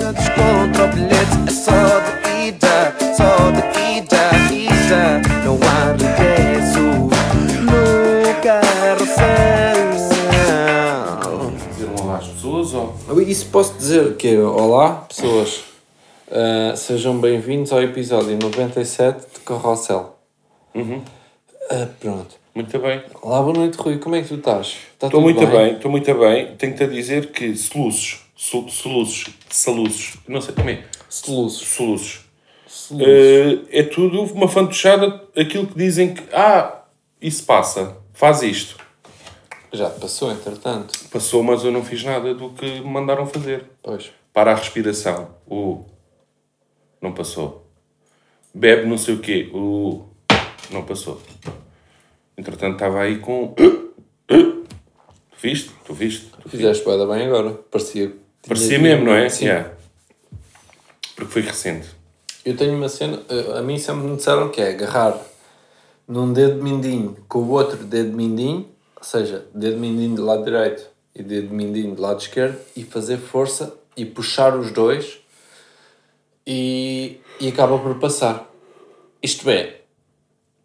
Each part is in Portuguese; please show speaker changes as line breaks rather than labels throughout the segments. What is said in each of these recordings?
da desconto, o bilhete é só de ida, só de ida, ida. Não há regresso no carrossel.
Dizer um olá às pessoas ou.
Isso posso dizer que é, olá pessoas, Ah, sejam bem-vindos ao episódio 97 de Carrossel.
Uhum.
Ah, pronto.
Muito bem.
Olá, boa noite Rui, como é que tu estás? Está
Estou
tudo
muito bem, estou muito bem. Tenho-te a dizer que soluços, sol- soluços, soluços, não sei como é,
Soluços.
soluços,
Soluços.
eh, é tudo uma fantochada aquilo que dizem que, ah, isso passa, faz isto.
Já te passou, entretanto.
Passou, mas eu não fiz nada do que me mandaram fazer.
Pois.
Para a respiração, o, não passou. Bebe não sei o quê, o, não passou. Entretanto, estava aí com... Tu viste? Tu viste? Tu
Fizeste bué da bem agora. Parecia. que tinha
Parecia
tido-
mesmo, não é?
Sim.
Yeah. Porque foi recente.
Eu tenho uma cena, eh, a mim sempre me disseram que é agarrar num dedo mindinho com o outro dedo mindinho, ou seja, dedo mindinho do lado direito e dedo mindinho do lado esquerdo, e fazer força e puxar os dois e, e acaba por passar. Isto é,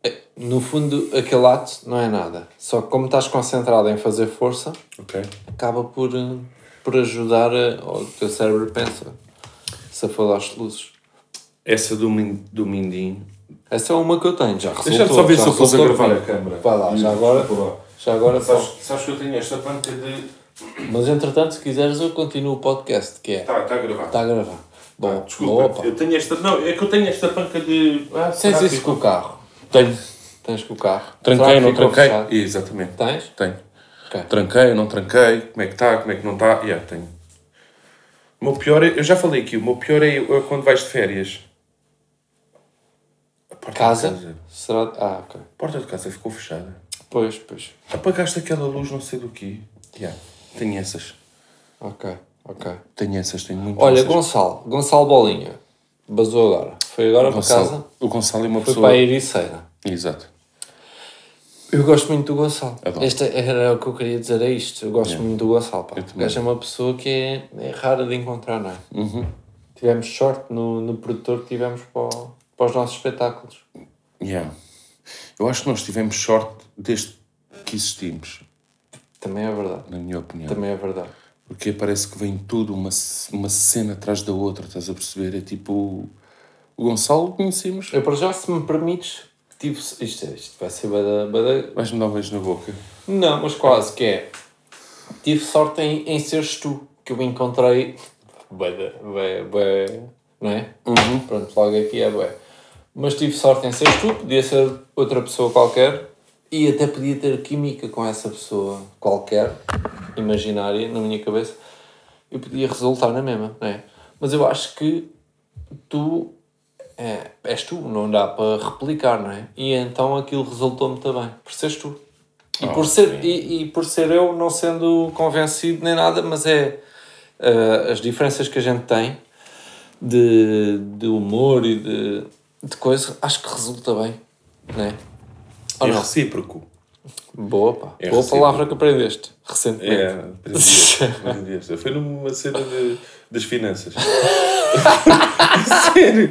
eh, no fundo, aquele ato não é nada. Só que como estás concentrado em fazer força,
Ok.
acaba por, eh, por ajudar a, o teu cérebro pensa. Se a falar aos luzes.
Essa do, min, do Mindinho.
Essa é uma que eu tenho, já resultou.
Deixa-me só ver
já
se eu fosse
resultou
gravar
bem.
a Hum, câmara.
Vai lá, já agora, já agora só.
Sabes, sabes que eu tenho esta panca de.
Mas entretanto, se quiseres, eu continuo o podcast, que é. Está
Tá, tá a gravar.
a gravar. Bom,
Ah, Desculpa.
boa, pá.
Eu tenho esta. Não, é que eu tenho esta panca de. Ah,
Tens isso com o carro.
Tenho.
Tens com o carro. Será
Tranquei,
que
não
ficou
tranquei?
fechado?
Exatamente.
Tens?
Tenho.
Ok.
Tranquei, não tranquei. Como é que está, como é que não está. Yeah, tenho. O meu pior é. Eu já falei aqui, o meu pior é é quando vais de férias. A porta de
Casa? Será. Ah, ok.
A porta de casa ficou fechada. Ah,
Pois, pois.
Apagaste aquela luz, não sei do quê. Yeah. Tenho essas.
Ok, ok.
Tenho essas, tenho muitas.
Olha,
essas.
Gonçalo. Gonçalo Bolinha. Basou agora. Foi agora para
Gonçalo-
casa.
O Gonçalo é uma
Foi
pessoa.
para a Ericeira.
Exato.
Eu gosto muito do Gonçalo.
Adoro.
Este é, era o que eu queria dizer a isto. Eu gosto muito do Gonçalo. Pá.
Eu
O
também. Uhum.
gajo é uma pessoa que é, é rara de encontrar, não é? Tivemos sorte no, no produtor que tivemos para, o- para os nossos espetáculos.
Yeah. Eu acho que nós tivemos sorte desde que existimos,
Também é verdade.
na minha opinião.
Também é verdade.
Porque parece que vem tudo, uma, c- uma cena atrás da outra, estás a perceber? É tipo. O Gonçalo conhecemos.
Eu, para já, se me permites, tive. Isto, é- isto vai ser bada, bada-
Vais-me dar um beijo na boca.
Não, mas quase que é. Tive sorte em, em seres tu que eu encontrei. Bada, bué, bué, não é? Pronto, logo aqui é bué. Mas tive sorte em seres tu, podia ser outra pessoa qualquer e até podia ter química com essa pessoa qualquer, imaginária, na minha cabeça, e podia resultar na mesma, não é? Mas eu acho que tu é, és tu, não dá para replicar, não é? E então aquilo resultou-me também, por seres tu. E, por ser, e, e por ser eu, não sendo convencido nem nada, mas é ah, as diferenças que a gente tem de, de humor e de, de coisa, acho que resulta bem, não é? Ou
é
não?
recíproco.
Boa, pá.
É
Boa
recíproco.
palavra que aprendeste recentemente.
É, aprendi, aprendi esta. Foi numa cena de- das finanças. sério,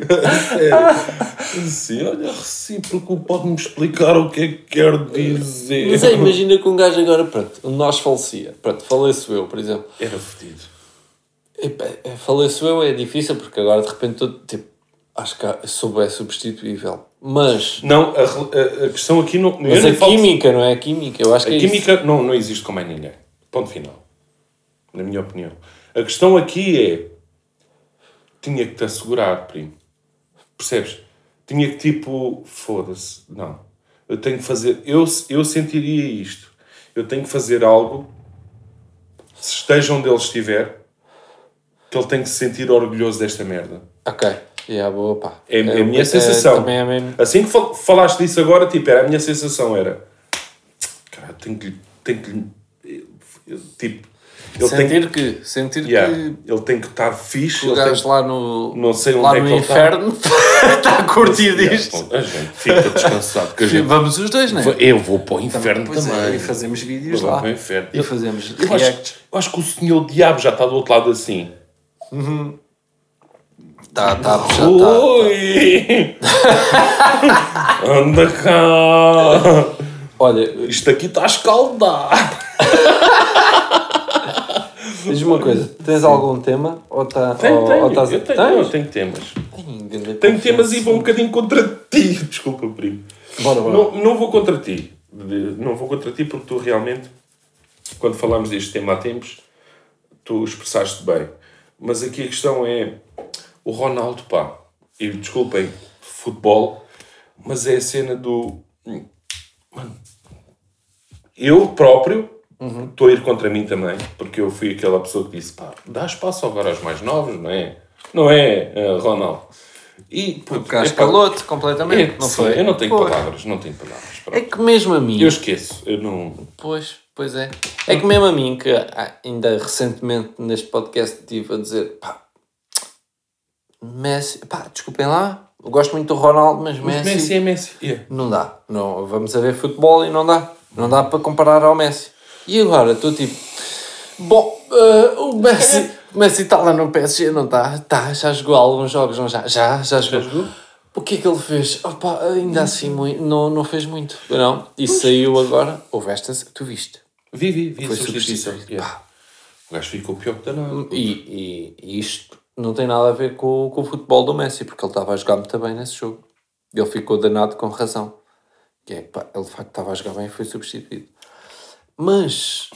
sério. É. Sim, olha, recíproco, pode-me explicar o que é que quer dizer.
Mas é, imagina que um gajo agora, pronto, um de nós falecia. Pronto, faleço eu, por exemplo.
Era fodido.
Epá, é, Faleço eu é difícil porque agora de repente todo tipo, acho que há- sou é substituível. Mas,
Não, a, rel- a- a questão aqui não. eu
mas
nem
a
falo-
química, não é a química? Eu acho que
a
é
química não, não existe com mais ninguém. Ponto final. Na minha opinião. A questão aqui é. Tinha que te assegurar, primo. Percebes? Tinha que tipo. Foda-se. Não. Eu tenho que fazer. Eu, eu sentiria isto. Eu tenho que fazer algo. Se esteja onde ele estiver. Que ele tem que se sentir orgulhoso desta merda.
isso. Ok, e yeah, boa pá.
É, é a minha sensação.
também é mesmo.
Assim que fal- falaste disso agora, tipo, era a minha sensação, era... Cara, tenho que lhe... Tenho que lhe- eu- eu- tipo... Ele tem,
sentir que, sentir
que, yeah,
que
ele tem que estar fixe,
o
ele tem
gajo
que...
lá no,
não sei
lá
onde é
no
que ele tá.
inferno está a curtir
Yeah,
disto.
bom, a gente fica descansado, que a gente...
Vamos os dois, não é?
Eu vou para o inferno
Pois é,
também.
e fazemos vídeos
Eu vou
lá.
para o inferno.
E fazemos
Eu acho,
reacts.
eu acho que o senhor diabo já está do outro lado assim.
Tá, tá a puxar. Tá.
Ui! Anda cá!
Olha,
Isto aqui está a escaldar!
diz uma coisa: tens algum tema? Ou tá,
Tenho,
ou,
tenho,
ou estás-
eu tenho,
Tens?
eu tenho temas.
Tenho grande
Tenho temas
confiança.
e vou um bocadinho contra ti. Desculpa, primo.
Bora, bora.
Não, não vou contra ti. De- Não vou contra ti porque tu realmente, quando falámos deste tema há tempos, tu expressaste bem. Mas aqui a questão é o Ronaldo, pá. E desculpem, futebol, mas é a cena do. Mano, eu próprio estou a ir contra mim também, porque eu fui aquela pessoa que disse, pá, dá espaço agora aos mais novos, não é? Não é, eh, Ronaldo? E, puto,
Porque
epá,
escalou-te completamente,
é,
não
sim,
foi?
Eu não tenho
Pô,
palavras, não tenho palavras. pronto.
É que mesmo a mim.
Eu esqueço, eu não.
Pois, pois é. É que mesmo a mim, que ah, ainda recentemente neste podcast estive a dizer pá, Messi, pá, desculpem lá, eu gosto muito do Ronaldo, mas
Mas
Messi,
Messi é Messi. Yeah.
não dá. Não, vamos a ver futebol e não dá. Não dá para comparar ao Messi. E agora estou tipo, bom, ah, o Messi, o Messi está lá no PSG, não está? Tá, já jogou alguns jogos, não já? Já, já jogou. O que é que ele fez? Opa, ainda assim, mui- não, não fez muito. Não, e saiu agora, houve esta, tu viste.
Vi, vi, vi.
Foi
substituição.
substituído.
Yeah. O gajo ficou pior que danado.
E, e- e isto não tem nada a ver com, com o futebol do Messi, porque ele estava a jogar muito bem nesse jogo. Ele ficou danado com razão. Que é, pá, ele de facto estava a jogar bem e foi substituído. Mas,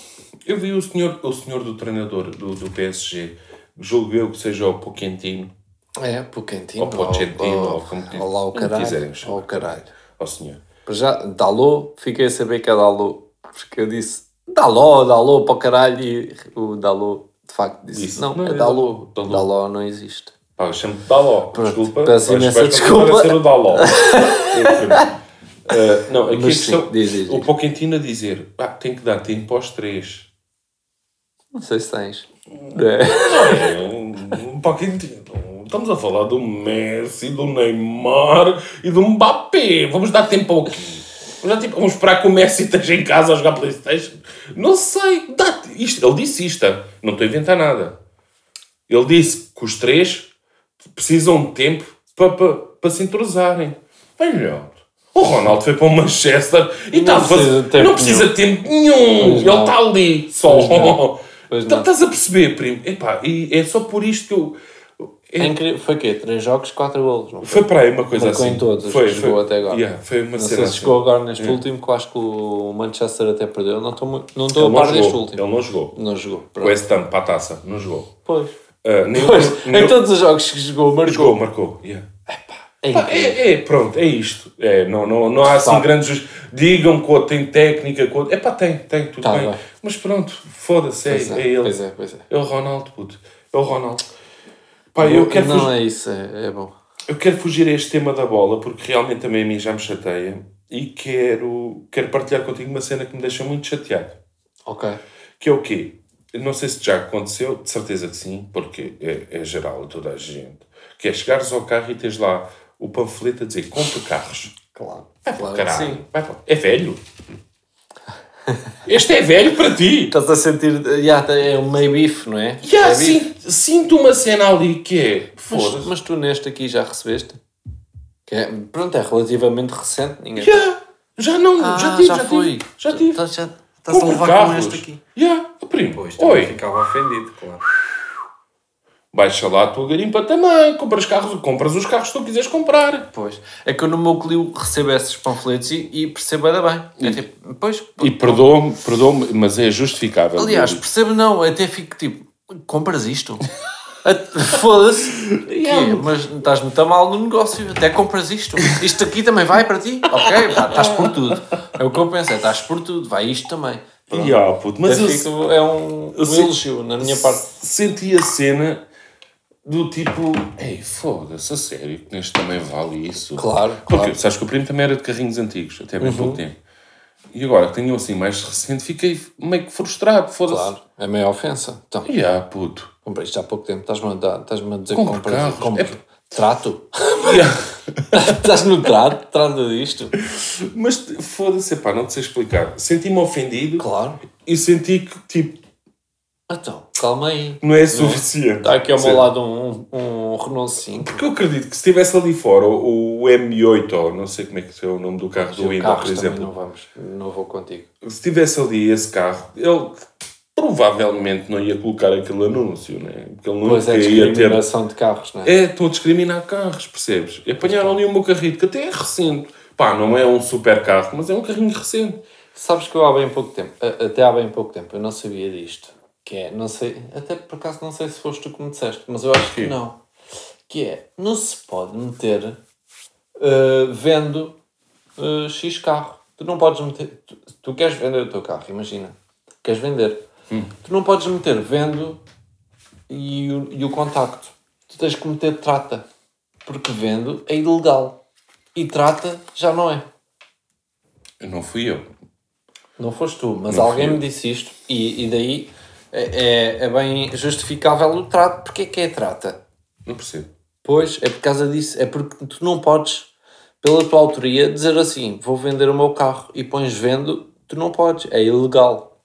Eu vi o senhor, o senhor do treinador do, do PSG, julgo eu que seja o Poquentino,
é, Poquentino,
Ou Pochettino, ou como quiser-
ou lá o
como
caralho,
quiserem chamar.
ou o caralho.
ao senhor.
Para já, Dalô, fiquei a saber que é Dalô, porque eu disse Dalô, Dalô para o caralho, e o Dalô de facto disse,
Disse,
não,
"Não,
é
é
Dalô,
Dalô, Dalô."
Dalô não existe.
Pá, eu chamo-te Daló. Desculpa.
peço
vais-
imensa
vais continuar
desculpa.
a ser o Daló. Eh, não, aqui
Mas
a
sim,
questão.
diz, diz,
o
diz.
Poquentino a dizer, ah, tem que dar tempo aos três.
Não sei se tens. É.
É, um, um Pochettino. Estamos a falar do Messi, do Neymar e do Mbappé. Vamos dar tempo ao quê? Vamos, dar tempo- vamos esperar que o Messi esteja em casa a jogar Playstation? Não sei. Dá isto, ele disse isto. Não estou a inventar nada. Ele disse que os três precisam de tempo para pa, pa se entrosarem. Velho, o Ronaldo foi para o Manchester e está a
precisa de
fazer...
tempo
Não precisa de tempo nenhum.
Pois
ele
não.
está ali só.
Pois não. Pois não.
Oh, então Estás a perceber, primo? Epá, e é só por isto que eu.
É
é-
incrível. Foi o quê? Três jogos, quatro golos, não foi?
foi para aí uma coisa
Marcou
assim.
em todos os
foi,
que jogou até agora.
Yeah, foi uma
Não sei
cena.
se
assim.
chegou agora neste último, que eu acho que o Manchester até perdeu. Não estou muito- não estou
Ele
a
não
par deste
jogou.
último.
Ele não jogou.
Não jogou.
O West Ham para a taça, não jogou.
Pois.
Ah, nem
Pois, então-
nem-
em todos os jogos que jogou,
Jogou,
marcou.
marcou. yeah.
É
Pá,
incrível.
é, é, pronto, é isto. É, não, não, não há assim
Pá.
grandes. jus- Digam que o outro tem técnica, que o outro. Epá, tem, tem, tudo
Tá
bem.
bem.
Mas pronto, foda-se, é,
Pois é,
é ele.
pois é, pois é.
É o Ronaldo, puto. É o Ronaldo. Pá, eu quero
não
fugir-
é isso, é, é bom.
Eu quero fugir a este tema da bola porque realmente também a mim já me chateia e quero, quero partilhar contigo uma cena que me deixa muito chateado.
Ok.
Que é o quê? Eu Não sei se já aconteceu, de certeza que sim, porque é, é geral a toda a gente. Que é chegares ao carro e tens lá o panfleto a dizer compre carros. Claro,
Claro. É, Claro que
Caralho,
sim.
vai para- é velho. Este é velho para ti.
Estás a sentir. já, é um meio bife, não é?
Já
É bife.
sin- sinto uma cena ali que é.
Mas,
Foda-se.
mas tu neste aqui já recebeste? Que é, pronto, é relativamente recente. Ninguém
Já, já não,
Ah,
já tive, já,
foi. Tá
tive. Já tive.
Estás já- estás
Compre
a levar com
carros.
este aqui.
Yeah, primo.
Pois, também
Oi,
ficava ofendido, claro.
baixa lá a tua garimpa também. Compras carros, compras os carros que tu quiseres comprar.
Pois. É que eu no meu Clio recebo esses panfletos e, e percebo ainda bem. É tipo, pois,
E perdoa-me, perdoa-me, mas é justificável.
aliás, percebo não, até fico tipo, compras isto? Até- Foda-se.
é
Quê?
um-
Mas estás muito a mal no negócio, até compras isto. Isto aqui também vai para ti? Ok, pá, estás por tudo. É o que eu penso, é, estás por tudo, vai isto também. Pronto.
Yeah, puto, mas
Até
eu
fico- é um, um
sei-
elogio na minha parte.
senti a cena do tipo, ei, foda-se, a sério, que neste também vale isso.
Claro,
Porque
claro. Uhum.
sabes que o primo também era de carrinhos antigos, até há bem pouco tempo. E agora que tinham assim mais recente, fiquei meio que frustrado, foda-se.
Claro, é meio ofensa. Então,
Yeah, puto.
comprei isto há pouco tempo, estás-me a, dar- estás-me a dizer que
Compre
compras.
carros.
compro.
É-
Trato.
Yeah.
Estás no trato? Trata disto?
Mas te- foda-se, pá, não te sei explicar. Senti-me ofendido
Claro.
e senti que, tipo,
Então, calma aí.
Não é suficiente.
Está Tá aqui ao meu
Percebe?
lado um, um Renault 5.
Porque eu acredito que se estivesse ali fora o, o M8, ou não sei como é que é o nome do carro do Windows, por
Carros
exemplo,
também não vamos, não vou contigo.
se tivesse ali esse carro, ele provavelmente não ia colocar aquele anúncio, né? Porque ele
Pois
nunca
é,
ia ter.
discriminação de carros, não é?
É, estão a discriminar carros, percebes? E Apanharam ali o meu carrito, que até é recente. Pá, não é um super carro, mas é um carrinho recente.
Sabes que eu há bem pouco tempo, a- até há bem pouco tempo, eu não sabia disto. Que é, não sei, até por acaso não sei se foste tu que me disseste, mas eu acho que
Quê?
não. Que é, não se pode meter eh, vendo eh, X carro. Tu não podes meter. Tu, tu queres vender o teu carro, imagina. Queres vender. Tu não podes meter vendo e o, e o contacto. Tu tens que meter trata. Porque vendo é ilegal. E trata já não é.
Não fui eu.
Não foste tu, mas
Não
alguém
fui eu.
me disse isto e, e daí é, é- é bem justificável o trato. Porquê que é trata?
Não percebo.
Pois, é por causa disso. É porque tu não podes, pela tua autoria, dizer assim, vou vender o meu carro e pões vendo, tu não podes. É ilegal.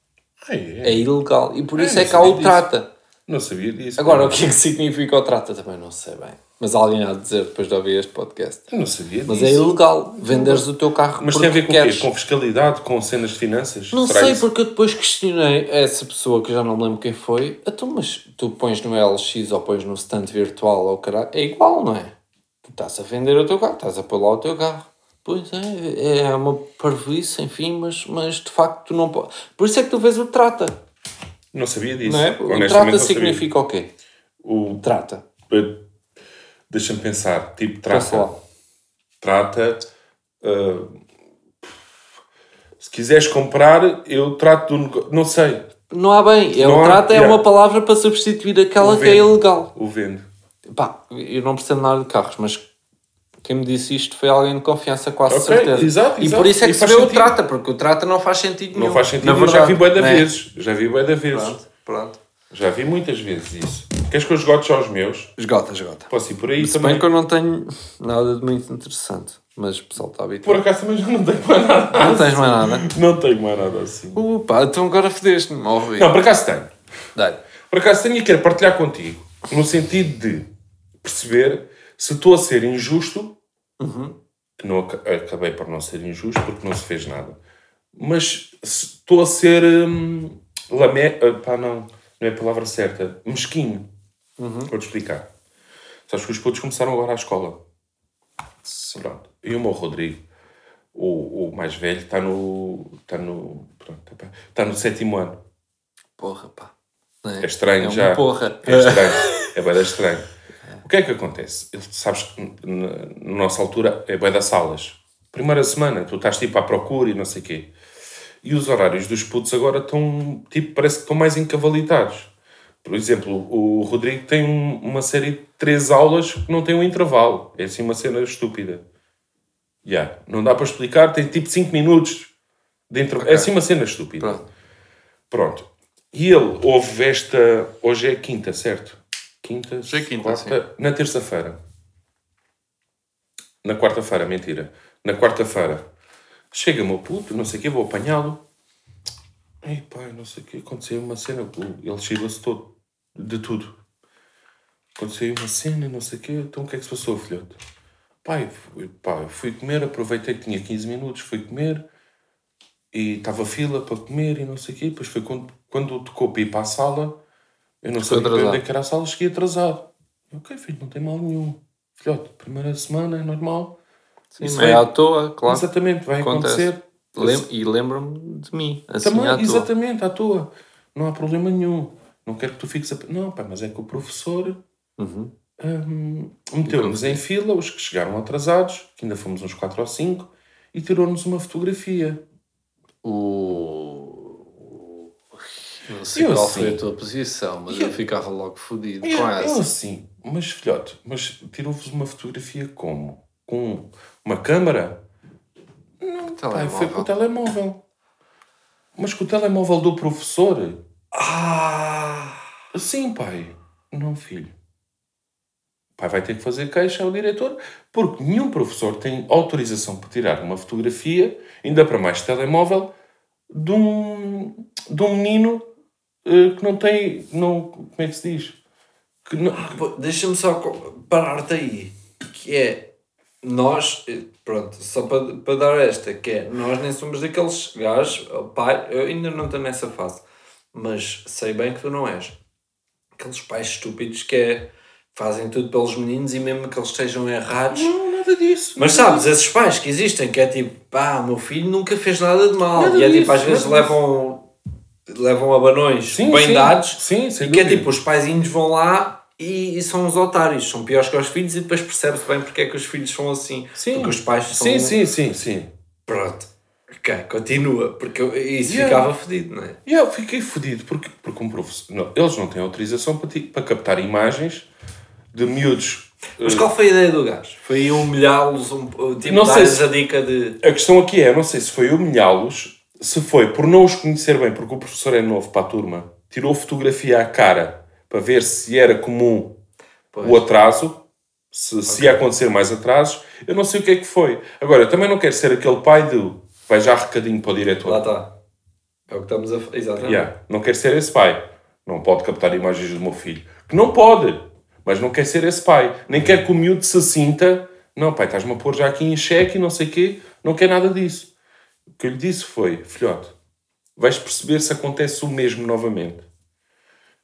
Ah, é?
É ilegal. E por
Ah,
isso
não
é que há
sabia
o
disso.
trata.
Não sabia disso.
Agora, o que é que significa o trata também não sei bem. Mas alguém há de dizer depois de ouvir este podcast.
Eu não sabia
Mas é
disso.
ilegal venderes o teu carro
Mas tem
porque
a ver com
queres.
o quê? Com fiscalidade? Com cenas de finanças?
Não
Será
sei,
isso?
porque eu depois questionei essa pessoa que eu já não me lembro quem foi. Então, mas tu pões no LX ou pões no stand virtual ou caralho, é igual, não é? Tu estás a vender o teu carro, estás a pôr lá o teu carro. Pois é, é uma parvoíce, enfim, mas, mas de facto tu não podes. Por isso é que tu vês o trata,
Não sabia disso.
não é? O
Honestamente,
trata
não sabia.
significa o quê?
O... eh,
Trata.
Deixa-me pensar. Tipo,
Pensa lá.
trata. Trata. ah, Se quiseres comprar, eu trato do negócio. Não sei.
Não há bem, é,
Não
o
há-
trata é
yeah.
uma palavra para substituir aquela
O
que é
vendo.
ilegal.
O vendo.
Pá, eu não percebo nada de carros, mas quem me disse isto foi alguém de confiança, quase
Ok,
certeza.
exato,
e
exato.
por isso
E
é que se
faz
vê o
sentido.
trata, porque o trata não faz sentido nenhum.
Não faz sentido,
na
mas já
verdade,
vi bué da
né?
vezes. Já vi bué da vezes.
Pronto, pronto.
Já vi muitas vezes isso. Queres que eu esgote já os meus?
Esgota, esgota.
Posso ir por aí
Se
também.
bem que eu não tenho nada de muito interessante, mas o pessoal está habituado.
Por acaso também já não tenho mais nada.
Não tens mais nada.
Não tenho mais nada assim.
Opa, então agora fodeste-me, ó Rui.
Não, por acaso tenho.
Dá-lhe.
Por acaso tenho e quero partilhar contigo, no sentido de perceber se estou a ser injusto, que não ac- acabei por não ser injusto porque não se fez nada, mas se estou a ser hum, lame, ah, pá, não, não é a palavra certa, mesquinho. Vou-te explicar. Sabes que os putos começaram agora à escola. Pronto. E o meu Rodrigo, o, o mais velho, está no. está no. pronto, está- está no sétimo ano.
Porra, pá. Não
É estranho
é uma
já.
porra.
É estranho. É bem estranho. O que é que acontece? Ele- Sabes que n- n- na nossa altura é bem das salas. Primeira semana, tu estás tipo à procura e não sei quê. E os horários dos putos agora estão, tipo, parece que estão mais encavalitados. Por exemplo, o Rodrigo tem um- uma série de três aulas que não tem um intervalo. É assim uma cena estúpida. Yeah. Não dá para explicar, tem tipo cinco minutos de intervalo. É assim uma cena estúpida.
Pronto.
Pronto. E ele houve esta. Hoje é quinta, certo? Quinta,
Hoje é quinta,
quarta, na terça-feira. Na quarta-feira, mentira. Na quarta-feira. Chega-me o puto, não sei o quê, vou apanhá-lo. Ei pai, não sei o quê, aconteceu uma cena. o- Ele chegou-se todo, de tudo. Aconteceu uma cena, não sei o quê, então o que é que se passou, filhote? Pai, fui- pá, fui comer, aproveitei que tinha 15 minutos, fui comer e estava fila para comer e não sei o quê. Depois foi quando, quando tocou para ir para a sala, eu não
Ficou
sabia bem
atrasado.
onde é que era a sala, cheguei atrasado. Eu, Ok, filho, não tem mal nenhum. Filhote, primeira semana é normal.
Sim,
Isso
não é
vai-
à toa, claro.
Exatamente, vai
Acontece.
acontecer.
Lem- e lembro-me de mim, assim
Também,
à toa.
exatamente, à toa. Não há problema nenhum. Não quero que tu fiques a... Não, pá, mas é que o professor
Uhum.
hum, meteu-nos em fila, os que chegaram atrasados, que ainda fomos uns 4 ou 5, e tirou-nos uma fotografia.
O... Não sei
Eu
qual
sim.
foi a tua posição, mas eu, ficava logo fodido
E eu,
com
eu
essa.
assim, mas filhote, mas tirou-vos uma fotografia como? Com uma câmara? Pá,
Telemóvel.
foi com o telemóvel. Mas com o telemóvel do professor? Ah! Sim, pai. Não, filho. Pai vai ter que fazer queixa ao diretor, porque nenhum professor tem autorização para tirar uma fotografia, ainda para mais telemóvel, de um, de um menino eh, que não tem. Não, como é que se diz? Que não-
Pô, Deixa-me só co- parar-te aí. Que é. Nós. eh, Pronto, só para, para dar esta, que é. Nós nem somos daqueles gajos. oh, Pai, eu ainda não estou nessa fase. Mas sei bem que tu não és. Aqueles pais estúpidos que é. Fazem tudo pelos meninos e mesmo que eles estejam errados.
não, é nada disso.
Mas sabes, esses pais que existem, que é tipo, pá, meu filho nunca fez nada de mal.
Nada
e é
disso,
tipo, às vezes
nada
levam, levam a banões bem dados.
Sim, sem
E que é
dúvida.
tipo, os paizinhos vão lá e, e são os otários, são piores que os filhos e depois percebe-se bem porque é que os filhos são assim.
Sim.
Porque os pais são... um
Sim, sim, sim, sim.
Pronto. Ok, continua, porque eu- isso
Yeah.
ficava fodido, não é?
E eu fiquei fodido porque, porque um professor. Não, eles não têm autorização para, ti- para captar imagens de miúdos.
Mas
eh,
qual foi a ideia do gajo? Foi humilhá-los, um, tipo,
Não sei
dar-lhes
se-
a dica de...
A questão aqui é, não sei se foi humilhá-los, se foi por não os conhecer bem, porque o professor é novo para a turma, tirou fotografia à cara para ver se era comum
Pois.
o atraso, se, se ia acontecer mais atrasos, eu não sei o que é que foi. Agora, eu também não quero ser aquele pai de vai já recadinho para o diretor.
Lá está. É o que estamos a... Exatamente.
Yeah, Não quero ser esse pai. Não pode captar imagens do meu filho. Que não pode, mas não quer ser esse pai. Nem quer que o miúdo se sinta. Não, pai, estás-me a pôr já aqui em xeque e não sei o quê. Não quer nada disso. O que eu lhe disse foi, filhote, vais perceber se acontece o mesmo novamente.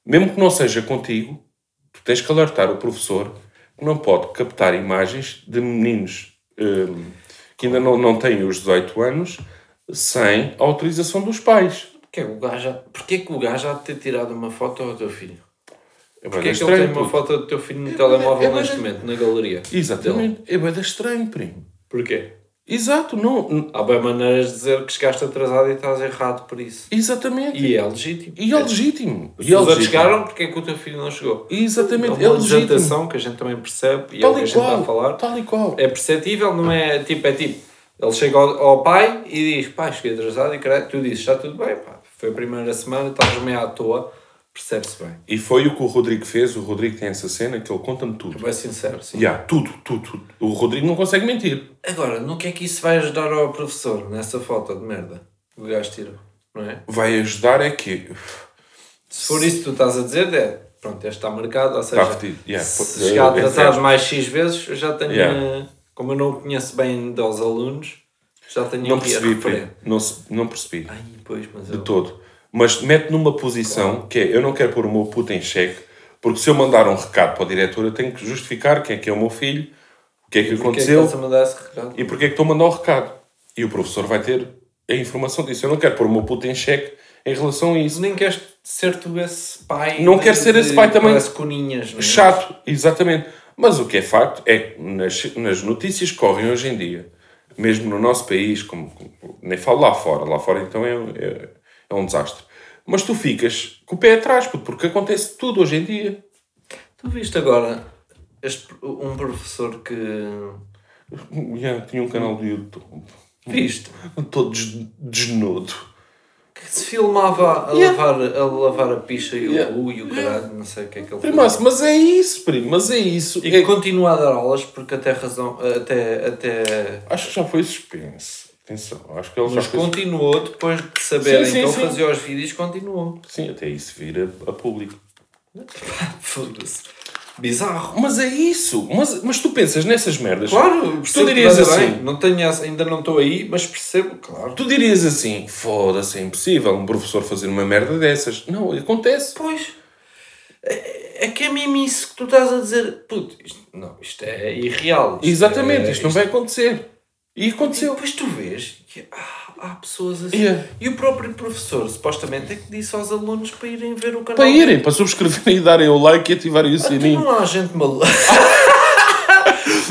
Mesmo que não seja contigo, tu tens que alertar o professor que não pode captar imagens de meninos hum, que ainda não, não têm os 18 anos sem a autorização dos pais.
Porquê, é o gajo, há- porquê que o gajo há de ter tirado uma foto ao teu filho?
É
Porquê
bué
que ele tem
puto.
uma foto do teu filho no
é
telemóvel
bué
neste
da-
momento, na galeria? dele?
Exatamente. É bem estranho, primo.
Porquê?
Exato, não. n-
Há bem maneiras de dizer que chegaste atrasado e estás errado por isso.
Exatamente.
E é legítimo.
E é legítimo.
Se
E é
os outros
legítimo.
chegaram, porquê que o teu filho não chegou? É
Exatamente. É
uma
legítimo.
desadaptação que a gente também percebe e é o
Tal
que a
e
gente está a
qual.
falar.
Tal e qual.
É perceptível, não é tipo, é tipo, ele chega ao, ao pai e diz, pai, cheguei atrasado e caralho, tu dizes, está tudo bem, pá. Foi a primeira semana, estás meio à toa, percebe-se bem.
E foi o que o Rodrigo fez. O Rodrigo tem essa cena que ele conta-me tudo.
É sincero, sim.
Yeah, tudo, tudo, tudo. O Rodrigo não consegue mentir.
Agora, no que é que isso vai ajudar ao professor nessa foto de merda? O gajo tira, não é?
Vai ajudar é que.
Se for isso que tu estás a dizer, é. Pronto, este está marcado, ou seja,
Está fedido, yeah.
se
Pô,
chegar
é, é,
atrasado
é.
mais X vezes, eu já tenho.
Yeah.
eh, Como eu não o conheço bem dos alunos, já tenho
Não
aqui
percebi,
a referência.
primo. Não, se- não percebi.
Ai, pois, mas
de
eu... é
todo. Mas mete numa posição que é, eu não quero pôr o meu puto em xeque, porque se eu mandar um recado para o diretor, eu tenho que justificar quem é que é o meu filho, o que é que
Porquê é que estás a
aconteceu
mandar esse recado?
e porque é que estou a mandar o recado. E o professor vai ter a informação disso. Eu não quero pôr o meu puto em xeque em relação a isso.
Nem queres ser tu esse pai.
Não
de-
quero ser esse
de-
pai também.
Parece coninhas, não é?
Chato, exatamente. Mas o que é facto é que nas, nas notícias que correm hoje em dia, mesmo no nosso país, como, como- nem falo lá fora, lá fora então é, é, é um desastre. Mas tu ficas com o pé atrás, puto, porque acontece tudo hoje em dia.
Tu viste agora este- um professor que.
Já tinha um canal do YouTube
Viste?
todo des- desnudo.
que se filmava a,
Yeah.
lavar, a lavar a picha e o
Yeah.
cu e o caralho, não sei o que é que ele
Primaço, mas é isso, primo, mas é isso.
E que
É-
continua a dar aulas porque até razão. Até. até
acho que já foi suspenso. Atenção, acho que ele já
mas
foi
continuou depois de saberem
Sim, sim,
que ele
sim.
fazia os vídeos, continuou.
Sim, até isso vir a- a público.
Foda-se. Bizarro.
Mas é isso. Mas, mas tu pensas nessas merdas.
Claro,
tu
percebo
dirias
nada bem,
assim.
Não tenho essa- ainda não estou aí, mas percebo, claro.
Tu dirias assim, foda-se, é impossível um professor fazer uma merda dessas. Não, acontece.
Pois. É, é que é mesmo isso que tu estás a dizer. Puto, isto, não, isto é irreal. isto
Exatamente,
é-
isto não vai acontecer. E
E
aconteceu.
depois tu vês que ah, há pessoas assim.
Yeah.
E o próprio professor, supostamente, é que disse aos alunos para irem ver o canal.
Para irem, para subscreverem e darem o like e ativarem o
Então
sininho.
não há gente maluca.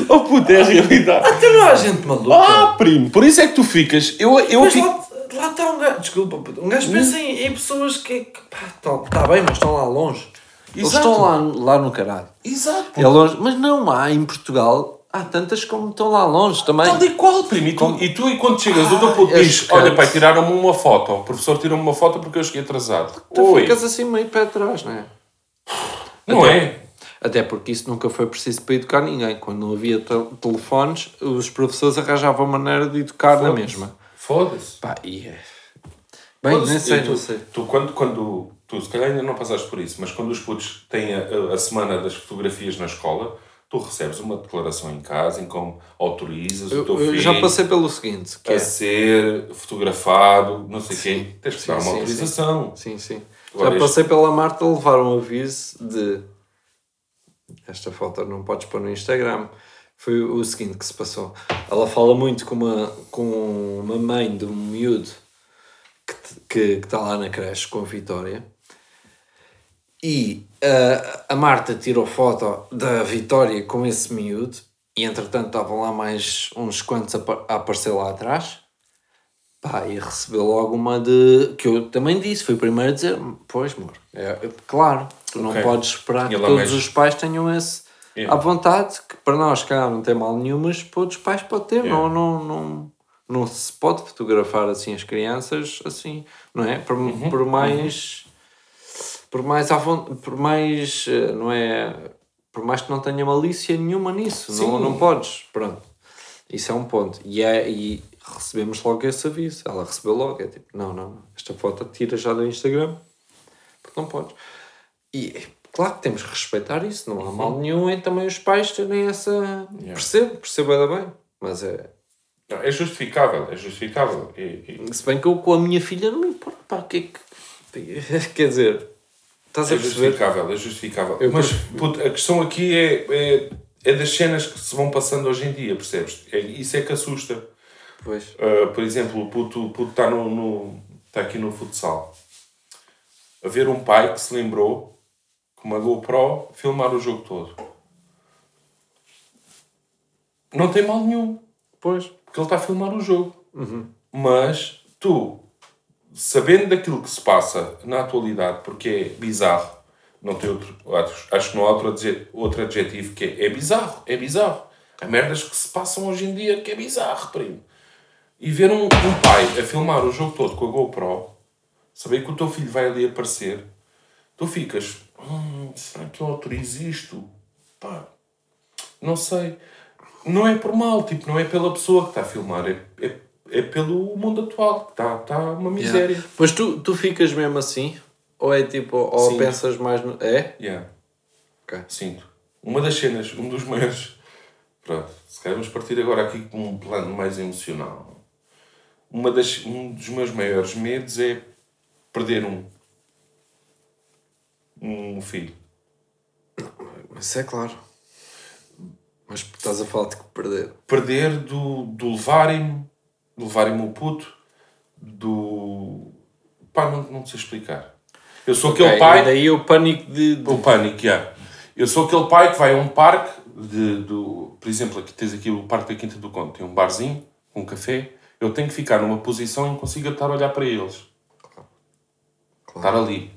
Oh puta, é a realidade.
Então não há gente maluca.
Ah, primo, por isso é que tu ficas. Eu, eu
Mas
fico...
lá, lá está um gajo. Desculpa, puto, um gajo pensa em, em pessoas que. que pá, estão, está bem, mas estão lá longe. Eles
Exato.
estão lá, lá no caralho.
Exato.
É longe. Mas não há em Portugal. Há tantas como estão lá longe também.
Tal e qual, primo. E tu, e tu enquanto chegas, o teu puto
é
diz:
chocante.
Olha, pai, tiraram-me uma foto. O professor tirou-me uma foto porque eu cheguei atrasado.
Tu
Oi,
ficas assim meio pé atrás, não é?
não
até-
é?
Até porque isso nunca foi preciso para educar ninguém. Quando não havia tel- telefones, os professores arranjavam maneira de educar na mesma.
Foda-se.
Pá, e é. Bem,
Foda-se,
nem sei,
tu,
não sei.
Tu, quando, quando tu se calhar ainda não passaste por isso, mas quando os putos têm a, a semana das fotografias na escola, tu recebes uma declaração em casa em como autorizas o
Eu,
teu
eu
filho
já passei pelo seguinte, que
a
é...
ser fotografado, não sei o quê. Tens que
Sim,
dar uma
sim,
autorização.
Sim, sim.
Agora
já
este-
passei pela Marta a levar um aviso de esta foto não podes pôr no Instagram. Foi o seguinte que se passou. Ela fala muito com uma, com uma mãe de um miúdo que te- que que está lá na creche com a Vitória. E ah, a Marta tirou foto da Vitória com esse miúdo. E entretanto estavam lá mais uns quantos a, pa- a aparecer lá atrás. Pá, e recebeu logo uma de. que eu também disse, fui o primeiro a dizer: Pois, amor, é, é claro, tu não
Ok.
podes esperar que
E lá
todos
mesmo.
os pais tenham esse
Yeah.
à vontade, que para nós, se calhar, não tem mal nenhum, mas para outros pais pode ter,
Yeah.
não, não, não, não se pode fotografar assim as crianças, assim, não é? Por,
Uhum.
por mais. por mais à vontade, por mais. eh, não é? Por mais que não tenha malícia nenhuma nisso, não,
Sim.
não podes, pronto. Isso é um ponto. E, é, e recebemos logo esse aviso. Ela recebeu logo. É tipo, não, não, esta foto tira já do Instagram. Porque não podes. E é claro que temos que respeitar isso. Não há mal nenhum em também os pais terem essa. Percebo, percebo ainda bem. Mas é.
Não, é justificável, é justificável. E, e-
Se bem que eu com a minha filha não me importa. Pá, o que é que. Quer dizer. Estás a
é
perceber?
justificável, é justificável.
Eu
Mas puto, a questão aqui é, é, é das cenas que se vão passando hoje em dia, percebes? É, isso é que assusta.
Pois.
Uh, por exemplo, o puto está puto tá no, no, tá aqui no futsal. Haver um pai que se lembrou com uma GoPro filmar o jogo todo. Não tem mal nenhum,
Pois.
porque ele está a filmar o jogo. Mas tu, sabendo daquilo que se passa na atualidade, porque é bizarro, não tem outro, acho- acho que não há outro, adje- outro adjetivo que é, é bizarro, é bizarro. Há merdas que se passam hoje em dia que é bizarro, primo. E ver um, um pai a filmar o jogo todo com a GoPro, saber que o teu filho vai ali aparecer, tu ficas, hum, será que eu autorizo isto? Pá, não sei. Não é por mal, tipo, não é pela pessoa que está a filmar, é, é, é pelo mundo atual, que está está uma miséria.
Yeah. Mas tu, tu ficas mesmo assim? Ou é tipo. Ou
Sim.
pensas mais no. É?
Yeah.
Ok.
Sinto. Uma das cenas, um dos maiores. Pronto, se calhar vamos partir agora aqui com um plano mais emocional. Uma das, um dos meus maiores medos é perder um. Um filho.
Mas é claro. Mas estás a falar de que perder.
Perder do, do levarem-me, do levarem-me o puto, do. pá, não, não sei explicar. Eu sou aquele
Ok,
pai.
e Daí o pânico de. de-
O pânico, yeah. Eu sou aquele pai que vai a um parque, de, do, por exemplo, aqui tens aqui o Parque da Quinta do Conde, tem um barzinho, um café, eu tenho que ficar numa posição em que consiga estar a olhar para eles. Estar ali.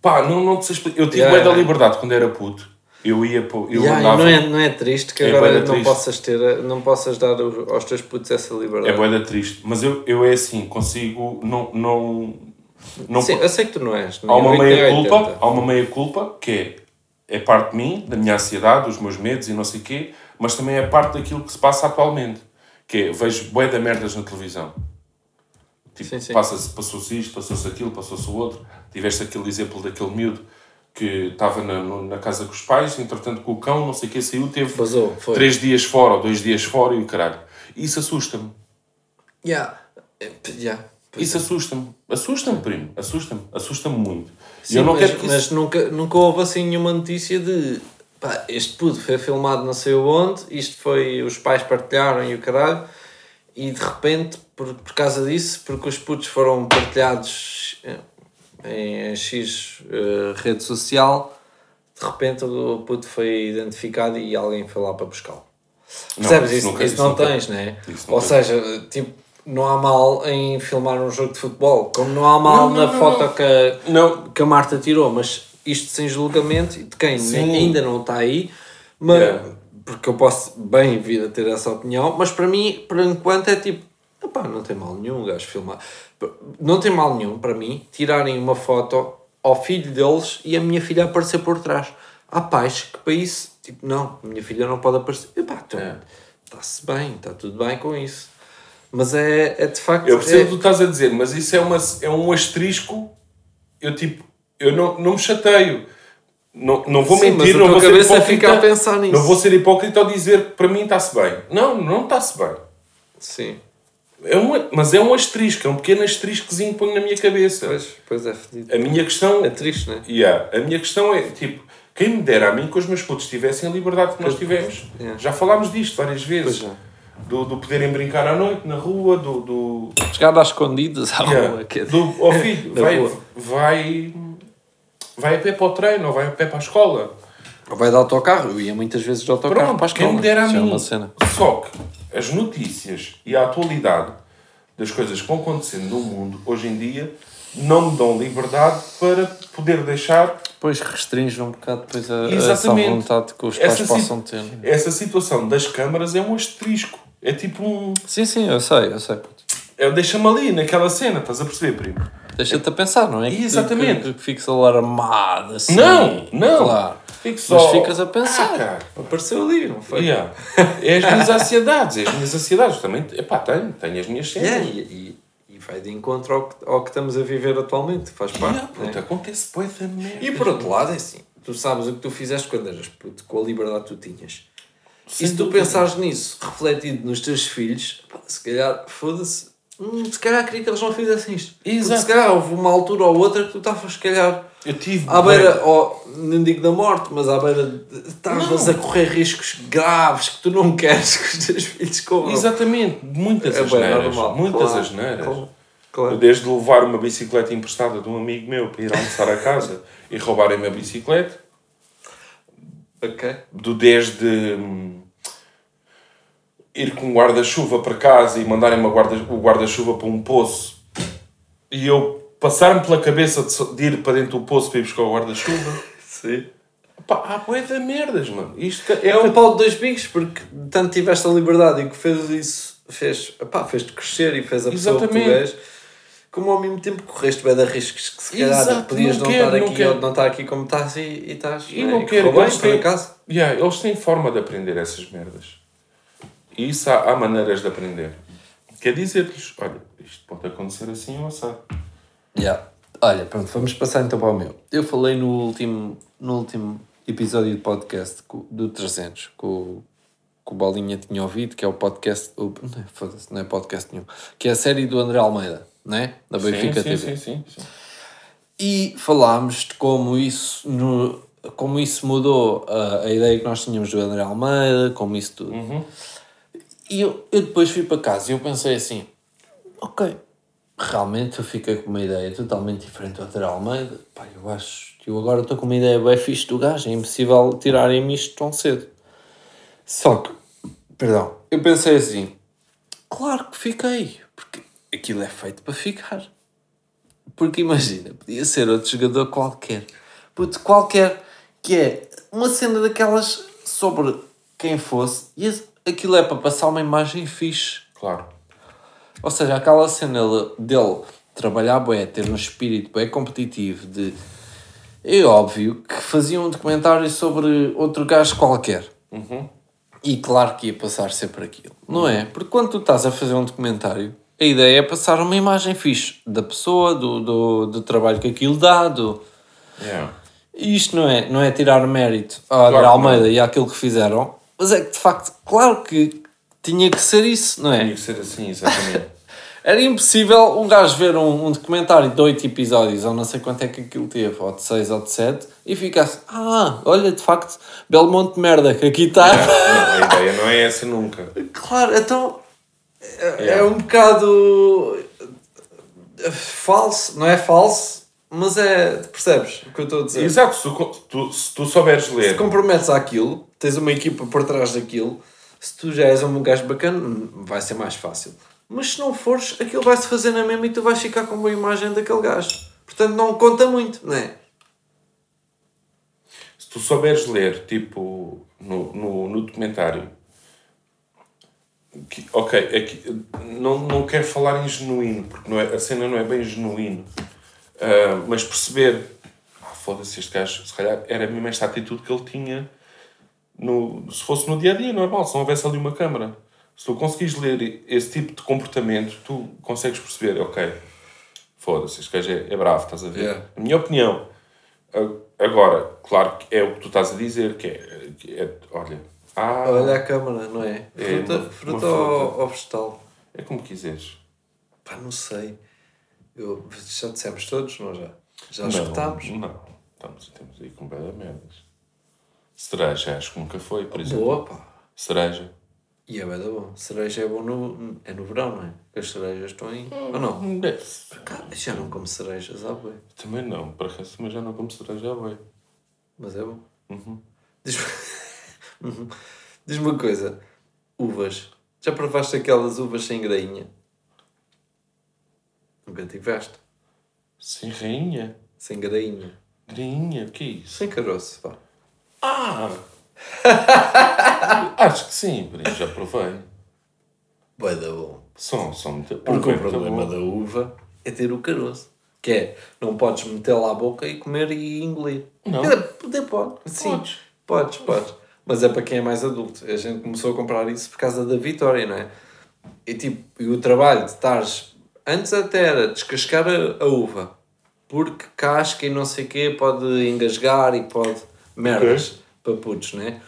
Pá, não, não te sei explicar. Eu tive
Yeah,
bué da
yeah.
liberdade quando era puto. Eu ia para... Eu
Yeah, e
andava...
não, é, não é triste que
É
agora
bué
não
da triste.
possas ter, a- não possas dar o- aos teus putos essa
É
liberdade.
bué da triste. Mas eu, eu é assim, consigo... Não... não, não
Sim, eu sei que tu não és.
há uma
nem
meia
80.
culpa há uma meia culpa que é, é parte de mim da minha ansiedade dos meus medos e não sei quê mas também é parte daquilo que se passa atualmente que é, vejo bué da merdas na televisão tipo,
Sim, sim.
passa-se- passou-se isto passou-se aquilo passou-se o outro tiveste aquele exemplo daquele miúdo que estava na, no- na casa com os pais entretanto com o cão não sei o quê saiu teve
Vazou, foi.
três dias fora ou dois dias fora e o caralho isso assusta-me
Yeah. É, p- yeah. Pois é.
isso assusta-me assusta-me primo assusta-me assusta-me muito E
Sim,
eu não
mas,
quero que isso
mas nunca, nunca houve assim nenhuma notícia de pá, este puto foi filmado não sei onde, isto foi, os pais partilharam e o caralho, e de repente, por, por causa disso, porque os putos foram partilhados em, em X eh, rede social, de repente o puto foi identificado e alguém foi lá para buscá-lo.
Não,
Percebes?
isso
Isso,
nunca-
isso
isso
não
nunca.
tens, né?
Isso nunca.
Ou seja, tipo, não há mal em filmar um jogo de futebol, como não há mal
Não, não,
na
não,
foto
não.
Que, a,
Não.
que a Marta tirou, mas isto sem julgamento e de quem
Sim.
nem- ainda não está aí, mas,
Yeah.
porque eu posso bem vir a ter essa opinião, mas para mim, por enquanto, é tipo, epá, não tem mal nenhum o gajo filmar. Não tem mal nenhum para mim tirarem uma foto ao filho deles e a minha filha aparecer por trás. Há pais que para isso, tipo, não, a minha filha não pode aparecer. Epá,
É.
está-se bem, está tudo bem com isso. Mas é, é de facto.
Eu percebo o
é-
que tu estás a dizer, mas isso é, uma, é um asterisco eu tipo, eu não, não me chateio. Não, não vou
Sim, mas
mentir,
a
não
tua
vou ser
cabeça
hipócrita.
fica a pensar nisso.
Não vou ser hipócrita ao dizer que para mim está-se bem. Não, não está-se bem.
Sim.
É um, mas é um asterisco, é um pequeno asteriscozinho que ponho na minha cabeça.
Pois, pois é fedido.
A minha questão
É triste, não é?
Yeah. A minha questão é, tipo, quem me dera a mim que os meus putos tivessem a liberdade que nós tivemos.
Yeah.
Já falámos disto várias vezes.
Pois já.
Do, do poderem brincar à noite, na rua, do... do
Chegar às escondidas à
yeah.
rua, quer dizer.
do oh filho,
Na
vai,
rua.
vai... Vai a pé para o treino, ou vai a pé para a escola.
Ou vai de autocarro. Eu ia muitas vezes de autocarro
Pronto,
para a escola.
quem me dera a
Isso é
mim.
uma cena.
Só que as notícias e a atualidade das coisas que vão acontecendo no mundo, hoje em dia, não me dão liberdade para poder deixar
Depois restringe um bocado depois a, a essa
Exatamente.
vontade que os pais
Essa
possam
situ-
ter. não é?
Essa situação das câmaras é um asterisco. É tipo um.
Sim, sim, eu sei, eu sei. puto.
É, Deixa-me ali, naquela cena, estás a perceber, primo?
Deixa-te a pensar, não é? Que-
Exatamente.
Que, que, fiques alarmado assim.
Não, não.
Claro.
Fico
Mas ficas a pensar.
Ah, cara.
Apareceu ali, não foi?
Yeah. É as minhas ansiedades, é as minhas ansiedades. Também, epá, tenho, tenho as minhas cenas.
Yeah, é, e, e- e vai de encontro ao que, ao que estamos a viver atualmente, faz parte.
Yeah,
né?
puta, acontece bué da merda.
E por outro lado, é assim, tu sabes o que tu fizeste quando eras puto, com a liberdade que tu tinhas. e se tu pensares nisso, refletido nos teus filhos, pá, se calhar, foda-se, hum, se calhar queria que eles não fizessem isto. Porque
Exato.
se calhar houve uma altura ou outra que tu estavas, se calhar,
Eu tive.
à
bué-
beira, ou, não digo da morte, mas à beira, de- estavas a correr riscos graves que tu não queres que os teus filhos corram.
Exatamente, muitas
É bem
asneiras.
normal.
Muitas
Claro,
asneiras.
claro, claro.
Desde levar uma bicicleta emprestada de um amigo meu para ir almoçar a casa e roubarem-me a bicicleta.
Ok.
do desde hum, ir com um guarda-chuva para casa e mandarem uma guarda, o guarda-chuva para um poço e eu passar-me pela cabeça de, so- de ir para dentro do poço para ir buscar o guarda-chuva.
Sim.
Pá, há bué da merdas, mano. Isto ca-
É um pau de dois bicos, porque tanto tiveste a liberdade e que fez isso, fez, pá, fez-te crescer e fez a pessoa que
Exatamente.
tu és, como ao mesmo tempo correste bem de riscos que se calhar
Exato,
podias
não
não,
quero,
estar
não
aqui
quero.
ou não estar aqui como estás e, e estás.
E
né?
não quero,
correu
eles
bem, por
têm-
acaso.
Yeah, eles têm forma de aprender essas merdas. E isso há, há maneiras de aprender. Quer dizer-lhes, olha, isto pode acontecer assim ou assado.
Yeah. Olha, pronto, vamos passar então para o meu. Eu falei no último, no último episódio do podcast co- do 300 que o, que o Bolinha tinha ouvido, que é o podcast. O, não, é, foda-se, não é podcast nenhum. Que é a série do André Almeida, né? Da Benfica
sim,
TV.
sim, sim.
E falámos de como isso, no, como isso mudou a, a ideia que nós tínhamos do André Almeida, como isso tudo. E eu, eu depois fui para casa e eu pensei assim: ok, realmente eu fiquei com uma ideia totalmente diferente do André Almeida. Pá, eu acho que eu agora estou com uma ideia bem fixe do gajo, é impossível tirarem-me isto tão cedo. Só que, perdão, eu pensei assim: claro que fiquei, porque aquilo é feito para ficar. Porque imagina, podia ser outro jogador qualquer. Puto, qualquer. Que é uma cena daquelas sobre quem fosse. E esse- aquilo é para passar uma imagem fixe.
Claro.
Ou seja, aquela cena le- dele trabalhar bem, ter um espírito bem competitivo de... É óbvio que fazia um documentário sobre outro gajo qualquer.
Uhum.
E claro que ia passar sempre aquilo, não é? Porque quando tu estás a fazer um documentário, a ideia é passar uma imagem fixe da pessoa, do, do, do trabalho que aquilo dá, do,
Yeah.
isto não é, não é tirar mérito à André
que não.
Almeida e àquilo que fizeram, mas é que de facto, claro que tinha que ser isso, não
Tinha
é?
que ser assim, exatamente.
Era impossível um gajo ver um, um documentário de 8 episódios, ou não sei quanto é que aquilo teve, ou de 6 ou de 7, e ficasse, ah, olha, de facto, Belmonte de merda que aqui está.
Não, a ideia não é essa nunca.
Claro, então é,
Yeah.
é um bocado eh, falso, não é falso, mas é. Percebes o que eu estou a dizer?
Exato, se tu, co- tu- se tu souberes
Se
ler.
comprometes àquilo, tens uma equipa por trás daquilo, se tu já és um gajo bacana, hum, vai ser mais fácil. Mas se não fores, aquilo vai-se fazer na mesma e tu vais ficar com uma imagem daquele gajo. Portanto, não conta muito, não é?
Se tu souberes ler, tipo, no, no, no documentário. que- ok, é que- não, não quero falar em genuíno, porque não é, a cena não é bem genuíno. Ah, mas perceber. Ah, foda-se, este gajo, se calhar era mesmo esta atitude que ele tinha. no- se fosse no dia a dia, normal, se não houvesse ali uma câmara. Se tu conseguires ler esse tipo de comportamento, tu consegues perceber, ok, Foda-se, este gajo é, é bravo, estás a ver?
Yeah.
A minha opinião. A- Agora, claro que é o que tu estás a dizer, que é. que é- olha. Ah,
Olha a câmara, não é?
É,
Fruta,
uma- uma
fruta,
fruta.
Ou, ou vegetal?
é como quiseres.
Pá, não sei. Eu, já dissemos todos, não já? Já
Não,
escutámos?
Não, estamos, estamos aí com bela merdas. Cereja, acho que nunca foi, por exemplo.
Boa, pá.
Cereja.
E é bem bom. Cereja é bom no, é no verão, não é? Que as cerejas estão aí. Ou não?
Hum, deve-se.
Cara, já não como cerejas, há bem.
Também não, por acaso, mas já não como cereja, bem.
Mas é bom. Diz-me Uhum. Diz-me uma coisa. Uvas. Já provaste aquelas uvas sem grainha? Nunca tiveste.
Sem rainha.
Sem grainha.
Grainha, o que é isso?
Sem caroço, pá.
Ah!
Ah.
Acho que sim, Brito, já provei.
Bué da bom.
São, são muito.
Porque o
muito
problema
bom.
da uva é ter o caroço. Que é, não podes metê-la à boca e comer e engolir.
Não.
Quer dizer, Poder pode. Sim.
Podes.
Podes. Podes, Mas é para quem é mais adulto. A gente começou a comprar isso por causa da Vitória, não é? E tipo, e o trabalho de estares... Antes até era descascar a, a uva. Porque casca e não sei o quê pode engasgar e pode... Merdas. Para putos, não é?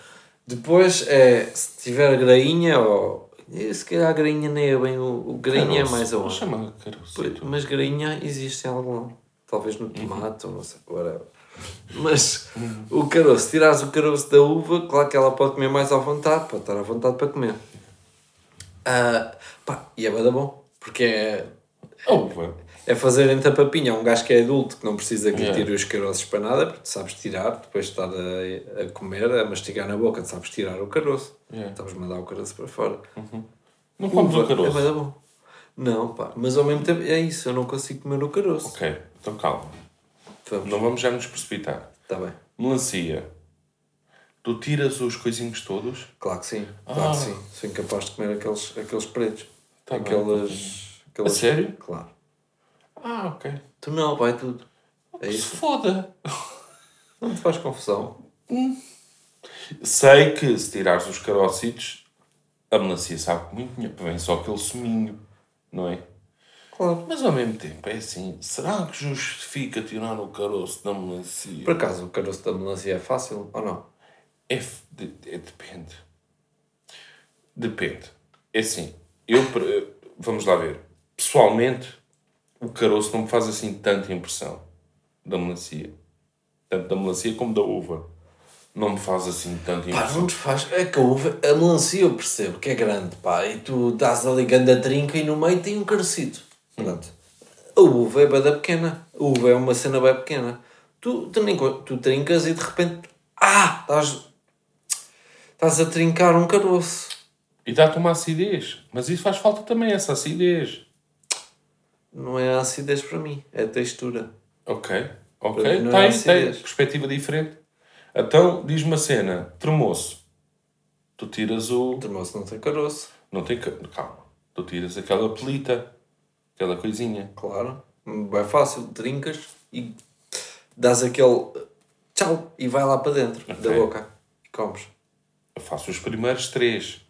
Depois é, se tiver grainha ou... e Se calhar a grainha nem é bem o... o grainha é
Caroço.
mais aonde?
Chama caroço.
Pois, Mas grainha existe em algum lado. Talvez
Uhum.
no tomate, ou não sei, whatever. Mas o caroço, se tirares o caroço da uva, claro que ela pode comer mais à vontade, pode estar à vontade para comer. Ah, pá, e é bada bom, porque é,
A uva.
é fazer em tapapinha. Um gajo que é adulto, que não precisa que lhe
Yeah.
tire os caroços para nada, porque tu sabes tirar, depois de estar a, a comer, a mastigar na boca, tu sabes tirar o caroço.
Yeah.
Sabes mandar o caroço para fora.
Não comes o
É
caroço.
bada bom. Não, pá, mas ao mesmo tempo é isso, eu não consigo comer o caroço.
Ok, então calma.
Vamos.
Não vamos já nos precipitar.
Está bem.
Melancia. Tu tiras os coisinhos todos.
Claro que sim. Claro que sim. Sou incapaz de comer aqueles, aqueles pretos.
Ah. Tá bem,
aquelas, aquelas.
A sério?
Claro.
Ah, ok.
Tu não, vai tudo. É
Se
isso.
foda.
Não te faz confusão.
Sei que se tirares os carócidos, a melancia sabe muito melhor. Vem só aquele suminho, não é?
Claro.
Mas ao mesmo tempo é assim. Será que justifica tirar o caroço da melancia?
Por acaso o caroço da melancia é fácil ou não?
É, f- de- é- depende. Depende. É assim, eu. pre- Vamos lá ver. Pessoalmente, o caroço não me faz assim tanta impressão da melancia. Tanto da melancia como da uva. Não me faz assim tanta
Pá,
impressão.
não te faz. É que a uva. A melancia eu percebo que é grande, pá. E tu dás ali grande a trinca e no meio tem um carocito. Pronto. A uva é bem da pequena. A uva é uma cena bem pequena. Tu, tu, nem co- tu trincas e de repente. Ah! Estás. Estás a trincar um caroço.
E dá-te uma acidez. Mas isso faz falta também, essa acidez.
Não é a acidez para mim, é a textura.
Ok, ok.
Para mim não
Tem, tem.
é acidez.
Perspectiva diferente. Então, diz-me uma cena. Tremoço. Tu tiras o.
O termoço não tem caroço,
Não tem ca- calma. Tu tiras aquela pelita, aquela coisinha.
claro. É fácil, trincas e dás aquele tchau e vai lá para dentro da
Ok.
boca e comes.
Eu faço os primeiros três.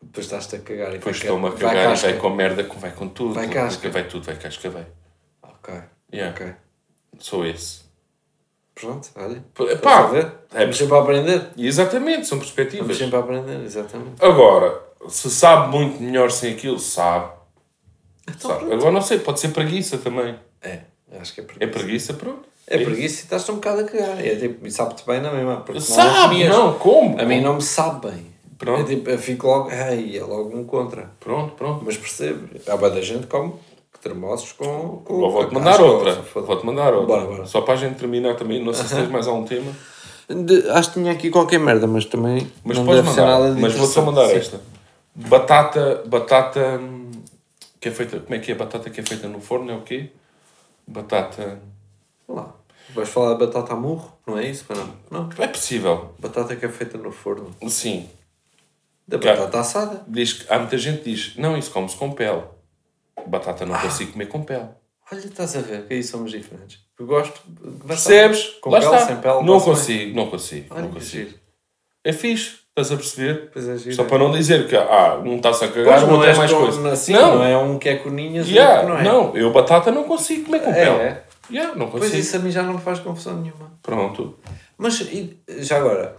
Depois estás-te a cagar e
Depois
vai
estou-me a
vai
cagar e
casca.
vai com merda, com- vai com tudo.
Vai casca.
Vai tudo, vai casca, vai.
Ok,
Yeah.
ok.
Sou esse.
Pronto, olha.
P-
Estás
Pá,
a ver?
é,
Vamos sempre a aprender.
e exatamente, são
Vamos
perspectivas.
sempre a aprender, exatamente.
Agora, se sabe muito melhor sem aquilo, sabe. Sabe.
Então pronto.
Agora não sei, pode ser preguiça também.
É, acho que é
É
preguiça.
preguiça, pronto.
É preguiça e estás-te um bocado a cagar. É tipo, e sabe-te bem na mesma. porque não
Sabe,
comias.
não, como?
A mim não me sabe bem.
Pronto.
É tipo, eu fico logo, ai, é logo um contra.
Pronto, pronto.
Mas percebo, há bem da gente como termoços com. com
Eu Vou-te
com
mandar
casca,
outra.
ou se foda.
Vou-te mandar outra.
Bora, bora.
Só para a gente terminar também, não sei se tens mais algum tema.
De- acho que tinha aqui qualquer merda, mas também.
Mas
não
podes
deve ser nada
mandar,
de
mas vou só
interessante.
mandar
Sim.
esta. Batata, batata hum, que é feita, como é que é a batata que é feita no forno, é o quê? Batata,
Sei lá. Vais falar de batata a murro, não é isso? Pois Não. não.
é possível,
Batata que é feita no forno.
sim.
Da
Cara.
batata assada.
Diz que, há muita gente que diz, não, isso come-se com pele. Batata
Ah.
não consigo comer com pele.
Olha, estás a ver que aí somos diferentes. Eu gosto. de batata.
Percebes?
Com
Lá
pele,
está.
sem pele.
não
posso bem.
consigo, não consigo,
Olha
não
que
consigo.
giro.
É fixe, estás a perceber?
Pois é, giro.
Só para não dizer que, ah, um está-se a cagar,
Pois
o outro
não
é
é
mais coisa.
Assim,
Não.
não. é um que é com ninhas
Yeah,
e outro
não,
que não é.
eu batata não consigo comer com
É,
pele.
é.
Yeah, não
Pois
consigo.
isso é. a mim já não me faz confusão nenhuma.
Pronto.
Mas e- já agora,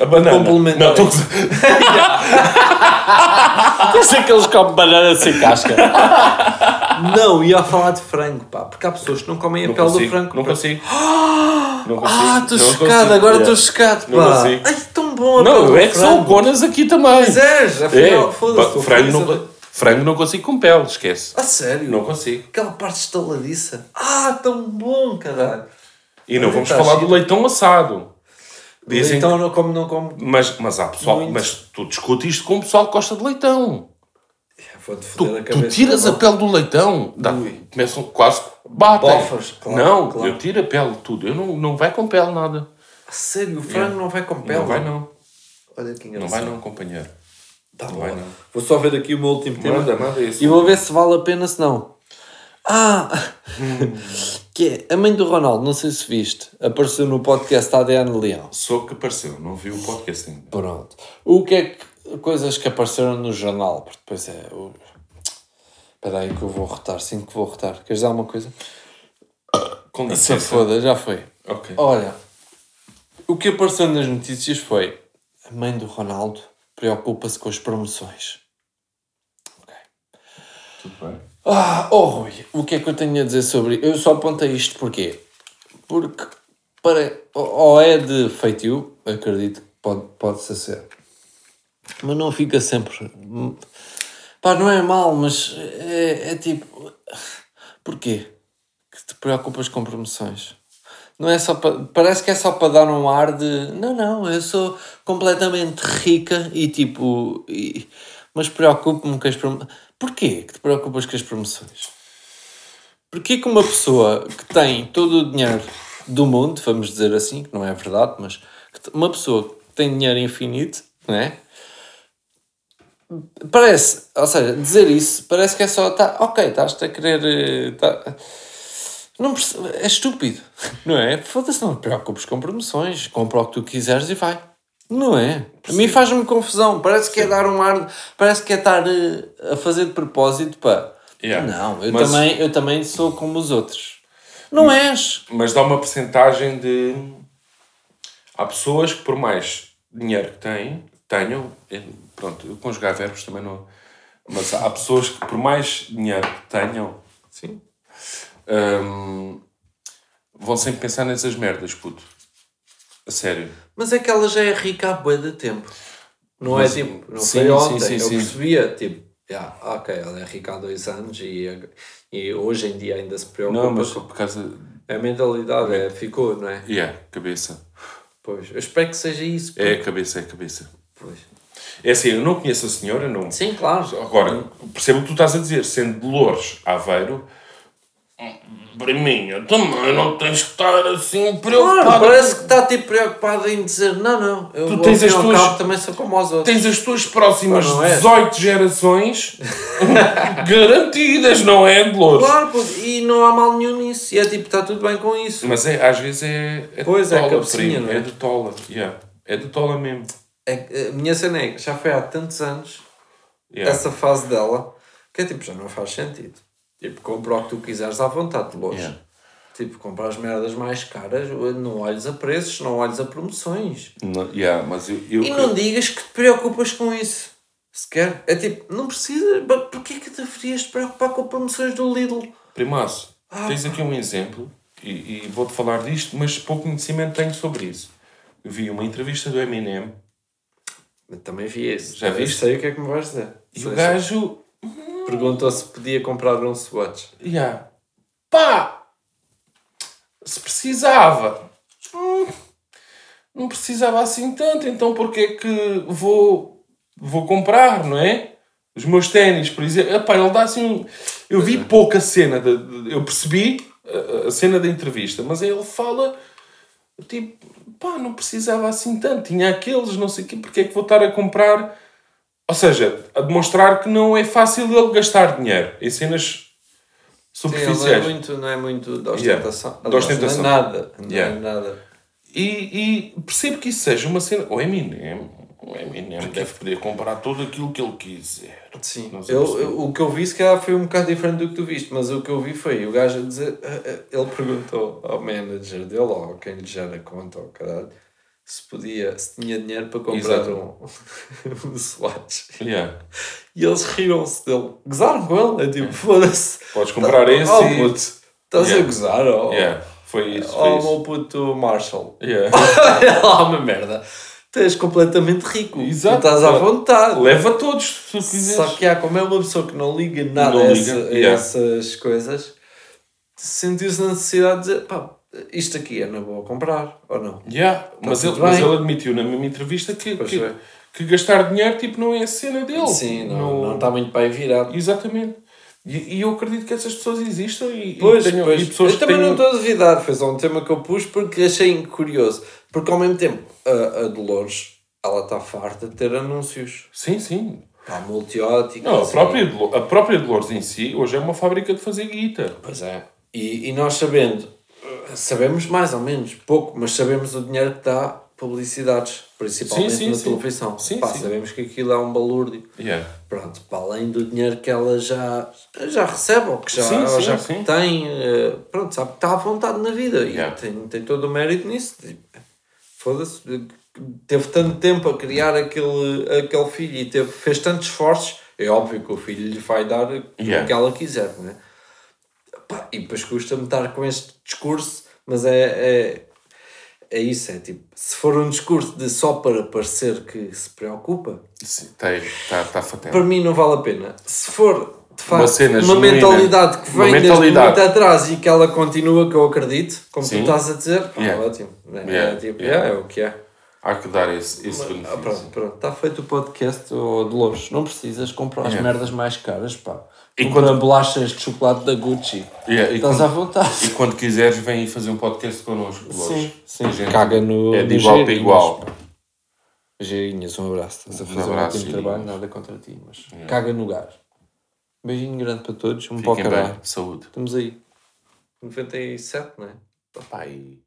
A banana.
Complementar.
Não, estou a
Eu sei que eles comem banana sem casca.
não ia falar de frango, pá, porque há pessoas que não comem a
Não
pele do
consigo.
frango.
Não
pá.
consigo. Não consigo.
Ah, estou
não
chocado,
consigo.
agora
Yeah.
estou chocado,
Não
pá.
consigo.
Ai, tão bom a
Não,
pele
eu
do
é que sou o
frango.
Conas aqui também.
Pois és, afinal,
É,
foda-se.
pa-
estou
frango,
feliz
não, frango não consigo com pele, esquece.
a- A sério?
Não consigo.
Aquela parte estaladiça. Ah, tão bom, caralho.
E não
Olha,
vamos
tá
falar
giro.
do leitão assado. Dizem
então, não como, não como.
que- mas, mas há pessoal,
Muito.
mas tu discutes isto com o pessoal que gosta de leitão.
Vou-te É, foder
Tu,
a
tu
cabeça.
tiras a pele do leitão, dá,
Ui.
começam quase batem.
Bofas, claro,
não,
claro.
eu tiro a pele de tudo. Eu não, não vai com pele nada.
A sério, o frango não vai com pele?
Não vai não.
Olha que
Não
engraçado.
vai não, companheiro.
Tá
Não
bom.
vai, não.
Vou só ver aqui o meu último tema.
Manda, manda isso.
E vou ver se vale a pena, se não. Ah! que é a mãe do Ronaldo, não sei se viste, apareceu no podcast ADN Leão.
Só que apareceu, não vi o podcast ainda.
Pronto. O que é que. Coisas que apareceram no jornal, porque depois é. o- Espera aí que eu vou rotar, sinto que vou rotar. Queres dar uma coisa?
Com
Se
licença.
foda, já foi.
Ok.
Olha, o que apareceu nas notícias foi a mãe do Ronaldo preocupa-se com as promoções.
Tudo bem.
Ah, oh Rui, o que é que eu tenho a dizer sobre Eu só apontei isto porquê? Porque para, ou é de feitio, acredito que pode, pode -se ser. Mas não fica sempre. hum, Pá, não é mal, mas é, é tipo. Porquê? Que te preocupas com promoções? Não é só para. Parece que é só para dar um ar de. Não, não, eu sou completamente rica e tipo. e- mas preocupo-me com as promoções. Porquê que te preocupas com as promoções? Porquê que uma pessoa que tem todo o dinheiro do mundo, vamos dizer assim, que não é verdade, mas que te- uma pessoa que tem dinheiro infinito, não é? Parece, ou seja, dizer isso parece que é só, tá, ok, estás-te a querer. eh, tá- não perce- é estúpido, não é? Foda-se, não te preocupes com promoções, compra o que tu quiseres e vai. Não é? A mim faz-me confusão, parece que é dar um ar, parece que é estar eh, a fazer de propósito para.
Yeah.
Não, eu,
Mas- Hum.
também, eu também sou como os outros. Não és?
mas dá uma percentagem de. Há pessoas que, por mais dinheiro que têm, tenham. eh, Pronto, eu conjugar verbos também não. Mas há pessoas que, por mais dinheiro que tenham,
Sim.
hum, vão sempre pensar nessas merdas, puto. A sério.
Mas é que ela já é rica há bué de tempo. Não
Mas-
é tipo, não
sim,
foi
sim,
ontem,
sim,
eu
sim.
percebia, tipo, yeah, ok, ela é rica há dois anos e, e hoje em dia ainda se preocupa
Não, mas
com...
por causa.
A mentalidade é, ficou, não é?
Yeah, cabeça.
Pois, eu espero que seja isso.
É a cabeça, é a cabeça.
Pois.
É assim, eu não conheço a senhora, não.
Sim, claro.
Agora, percebo o que tu estás a dizer, sendo de Lourdes Aveiro, para mim, eu também não tens que estar assim preocupado.
Claro, parece que está tipo preocupado em dizer não, não, eu
Tu
tu
tens
tens
as tuas-
também sou como os outros.
Tens as tuas próximas
Não é?
18 gerações garantidas, não é, Dolores?
Claro, pô, e não há mal nenhum nisso. E é tipo, está tudo bem com isso.
Mas é, às vezes é, é
Pois,
de
é
tola,
cabecinha,
primo,
não é?
de tola, yeah. é de tola mesmo.
É que, A minha cena é que já foi há tantos anos
Yeah.
essa fase dela que é tipo, já não faz sentido. Tipo, compra o que tu quiseres à vontade, Dolores.
Yeah.
Tipo, compra as merdas mais caras, não olhes a preços, não olhes a promoções.
Não, yeah, mas eu, eu
E não digas que te preocupas com isso. Sequer. É tipo, não precisa. ba- Porquê que deverias te preocupar com promoções do Lidl?
Primaço,
Ah,
tens aqui um exemplo e, e vou-te falar disto, mas pouco conhecimento tenho sobre isso. Vi uma entrevista do Eminem
Eu também vi isso.
Já
Eu
viste?
Sei o que é que me vais dizer.
e
Sei,
o
sei.
gajo
perguntou se podia comprar um Swatch.
Yeah. Pá! Se precisava. Hum, não precisava assim tanto, então porque é que vou, vou comprar, não é? Os meus ténis, por exemplo. Epá, ele dá assim um... Eu vi
é.
pouca cena, da- de- eu percebi a, a cena da entrevista, mas ele fala tipo, pá, não precisava assim tanto, tinha aqueles, não sei o quê, porque é que vou estar a comprar? Ou seja, a demonstrar que não é fácil ele gastar dinheiro em cenas
Sim, ele não é
superficiais.
muito, não é muito da ostentação.
Da ostentação.
Aliás, Não é nada. Não
Yeah.
é nada.
E, e percebo que isso seja uma cena. O Eminem, o Eminem deve poder comprar tudo aquilo que ele quiser.
Sim,
Não sei
eu,
perceber.
eu- o que eu vi se calhar foi um bocado diferente do que tu viste, mas o que eu vi foi o gajo a dizer, ah, ah, ele perguntou ao manager dele, ou a quem lhe gera a conta, ou caralho, se podia, se tinha dinheiro para comprar
Exato.
um, um Swatch.
Yeah.
E eles riram-se dele, gozaram com ele, é tipo, foda-se.
Podes comprar
Tá-
esse
Oh,
e-
puto, estás
Yeah.
a gozar, oh,
Yeah. Foi isso, foi
oh
isso.
meu puto Marshall.
Yeah.
Olha lá uma merda, estás completamente rico,
Exato.
tu estás à vontade.
Leva todos, se tu
Só
quiseres.
que há, como é uma pessoa que não liga nada
Não
a,
liga,
essa- a
yeah.
essas coisas, sentiu-se na necessidade de dizer: pá, isto aqui eu não vou comprar, ou não?
Yeah. mas,
Tá tudo
ele, mas
bem.
ele admitiu na mesma entrevista que,
Pois
que,
é.
que gastar dinheiro tipo, não é a cena dele.
Sim, não, não tá- está muito bem virado.
Exatamente. E, e eu acredito que essas pessoas existam e, e
Pois,
tenham-
pois.
e pessoas
eu também
que
não
tenham...
estou a duvidar, foi só um tema que eu pus porque achei curioso. Porque ao mesmo tempo, a, a Dolores, ela está farta de ter anúncios.
Sim, sim.
Há multiótica.
Não, a,
assim.
própria, Dolo- a própria Dolores em si hoje é uma fábrica de fazer guita.
Pois é. E, e nós sabendo, sabemos mais ou menos, pouco, mas sabemos o dinheiro que dá publicidades, principalmente
Sim, sim,
na
sim.
televisão.
Sim,
Pá,
sim.
Sabemos que aquilo é um balúrdio.
Yeah.
Pronto, para além do dinheiro que ela já, já recebe, ou que já,
Sim,
ou
sim,
já
sim.
que tem, eh, pronto, sabe que está à vontade na vida
Yeah.
e tem, tem todo o mérito nisso. Tipo, Foda-se, teve tanto tempo a criar aquele, aquele filho e teve, fez tantos esforços, é óbvio que o filho lhe vai dar o
Yeah.
que ela quiser, não é? Pá, e depois custa-me estar com este discurso, mas é, é, é isso, é tipo, se for um discurso de só para parecer que se preocupa,
Está tá, tá fatendo.
para mim não vale a pena. Se for de facto
Uma
uma,
cena genuína,
mentalidade que
uma
vem desde
mentalidade.
muito atrás e que ela continua, que eu acredito, como
Sim.
tu estás a dizer, pá,
Yeah.
ótimo. É,
Yeah.
é tipo,
Yeah.
é, é o que é.
Há que dar esse, esse benefício.
Ah, pronto, pronto, está feito o podcast oh, Dolores. Não precisas comprar as
Yeah.
merdas mais caras, pá.
E
Compra
quando-
bolachas de chocolate da Gucci.
Yeah, e
Estás
quando-
à vontade.
E quando quiseres, vem aí fazer um podcast connosco.
Sim,
Dolores.
sim.
A gente
Caga no.
É de
no
igual para
Geirinhas,
igual.
pá. Geirinhas, um abraço. Estás a
Um
fazer um,
abraço, É.
ótimo
Geirinhas.
trabalho, nada contra ti, mas caga no gás. Beijinho grande para todos, um pouco
Fiquem
caralho.
bem. Saúde.
Estamos aí. 97, não é?
Bye.